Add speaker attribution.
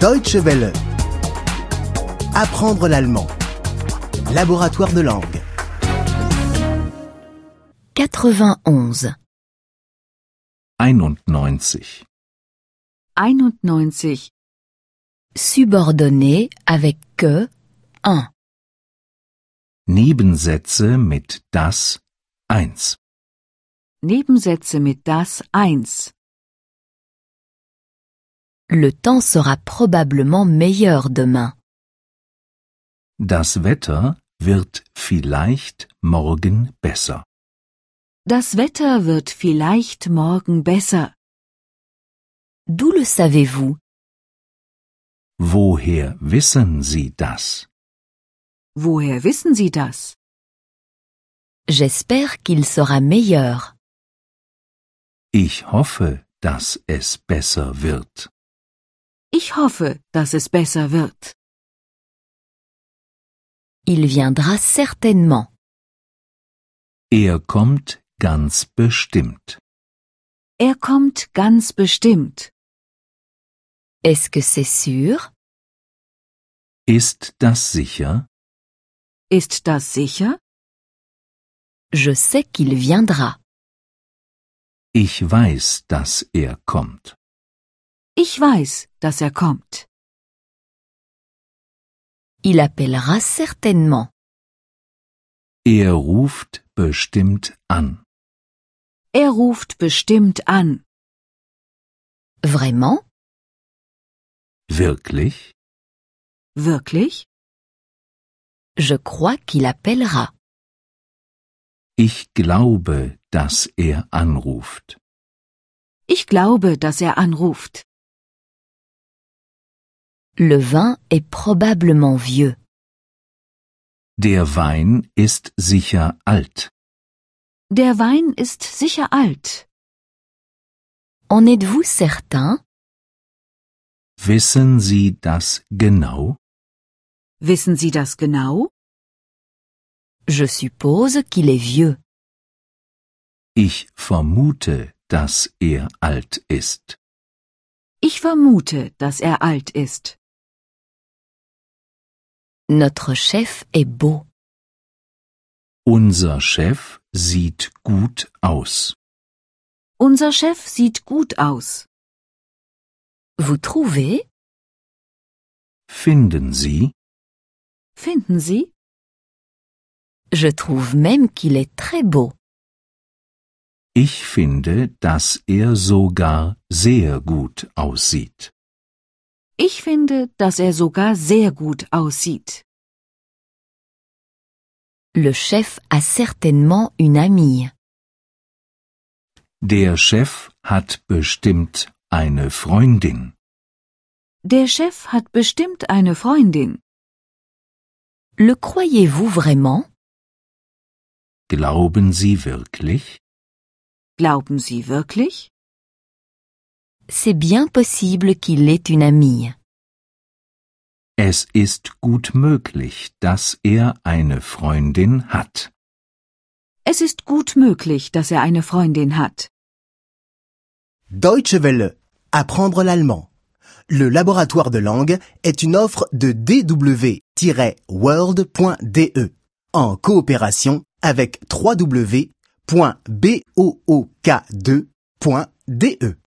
Speaker 1: Deutsche Welle. Apprendre l'allemand. Laboratoire de langue.
Speaker 2: 91.
Speaker 3: 91.
Speaker 4: 91.
Speaker 2: Subordonné avec que 1.
Speaker 3: Nebensätze mit das 1.
Speaker 4: Nebensätze mit das 1.
Speaker 2: Le temps sera probablement meilleur demain.
Speaker 3: Das Wetter wird vielleicht morgen besser.
Speaker 4: Das Wetter wird vielleicht morgen besser.
Speaker 2: D'où le savez-vous
Speaker 3: Woher wissen Sie das?
Speaker 4: Woher wissen Sie das?
Speaker 2: J'espère qu'il sera meilleur.
Speaker 3: Ich hoffe, dass es besser wird.
Speaker 4: Ich hoffe, dass es besser wird.
Speaker 2: Il viendra certainement.
Speaker 3: Er kommt ganz bestimmt.
Speaker 4: Er kommt ganz bestimmt.
Speaker 2: Est-ce que c'est sûr
Speaker 3: Ist das sicher?
Speaker 4: Ist das sicher?
Speaker 2: Je sais qu'il viendra.
Speaker 3: Ich weiß, dass er kommt.
Speaker 4: Ich weiß, dass er kommt.
Speaker 2: Il appellera certainement.
Speaker 3: Er ruft bestimmt an.
Speaker 4: Er ruft bestimmt an.
Speaker 2: Vraiment
Speaker 3: Wirklich?
Speaker 4: Wirklich?
Speaker 2: Je crois qu'il appellera.
Speaker 3: Ich glaube, dass er anruft.
Speaker 4: Ich glaube, dass er anruft.
Speaker 2: Le vin est probablement vieux.
Speaker 3: Der Wein ist sicher alt.
Speaker 4: Der Wein ist sicher alt.
Speaker 2: En êtes-vous certain
Speaker 3: Wissen Sie das genau?
Speaker 4: Wissen Sie das genau?
Speaker 2: Je suppose qu'il est vieux.
Speaker 3: Ich vermute, dass er alt ist.
Speaker 4: Ich vermute, dass er alt ist.
Speaker 2: Notre chef est beau.
Speaker 3: Unser Chef sieht gut aus.
Speaker 4: Unser Chef sieht gut aus.
Speaker 2: Vous trouvez
Speaker 3: Finden Sie?
Speaker 4: Finden Sie?
Speaker 2: Je trouve même qu'il est très beau.
Speaker 3: Ich finde, dass er sogar sehr gut aussieht.
Speaker 4: Ich finde, dass er sogar sehr gut aussieht.
Speaker 2: Le chef a certainement une amie.
Speaker 3: Der Chef hat bestimmt eine Freundin.
Speaker 4: Der Chef hat bestimmt eine Freundin.
Speaker 2: Le croyez-vous vraiment
Speaker 3: Glauben Sie wirklich?
Speaker 4: Glauben Sie wirklich?
Speaker 2: C'est bien possible qu'il ait une amie.
Speaker 3: Es ist gut möglich, dass er eine Freundin hat.
Speaker 4: Es ist gut möglich, dass er eine Freundin hat.
Speaker 1: Deutsche Welle. Apprendre l'allemand. Le laboratoire de langue est une offre de dw-world.de e, en coopération avec www.book2.de.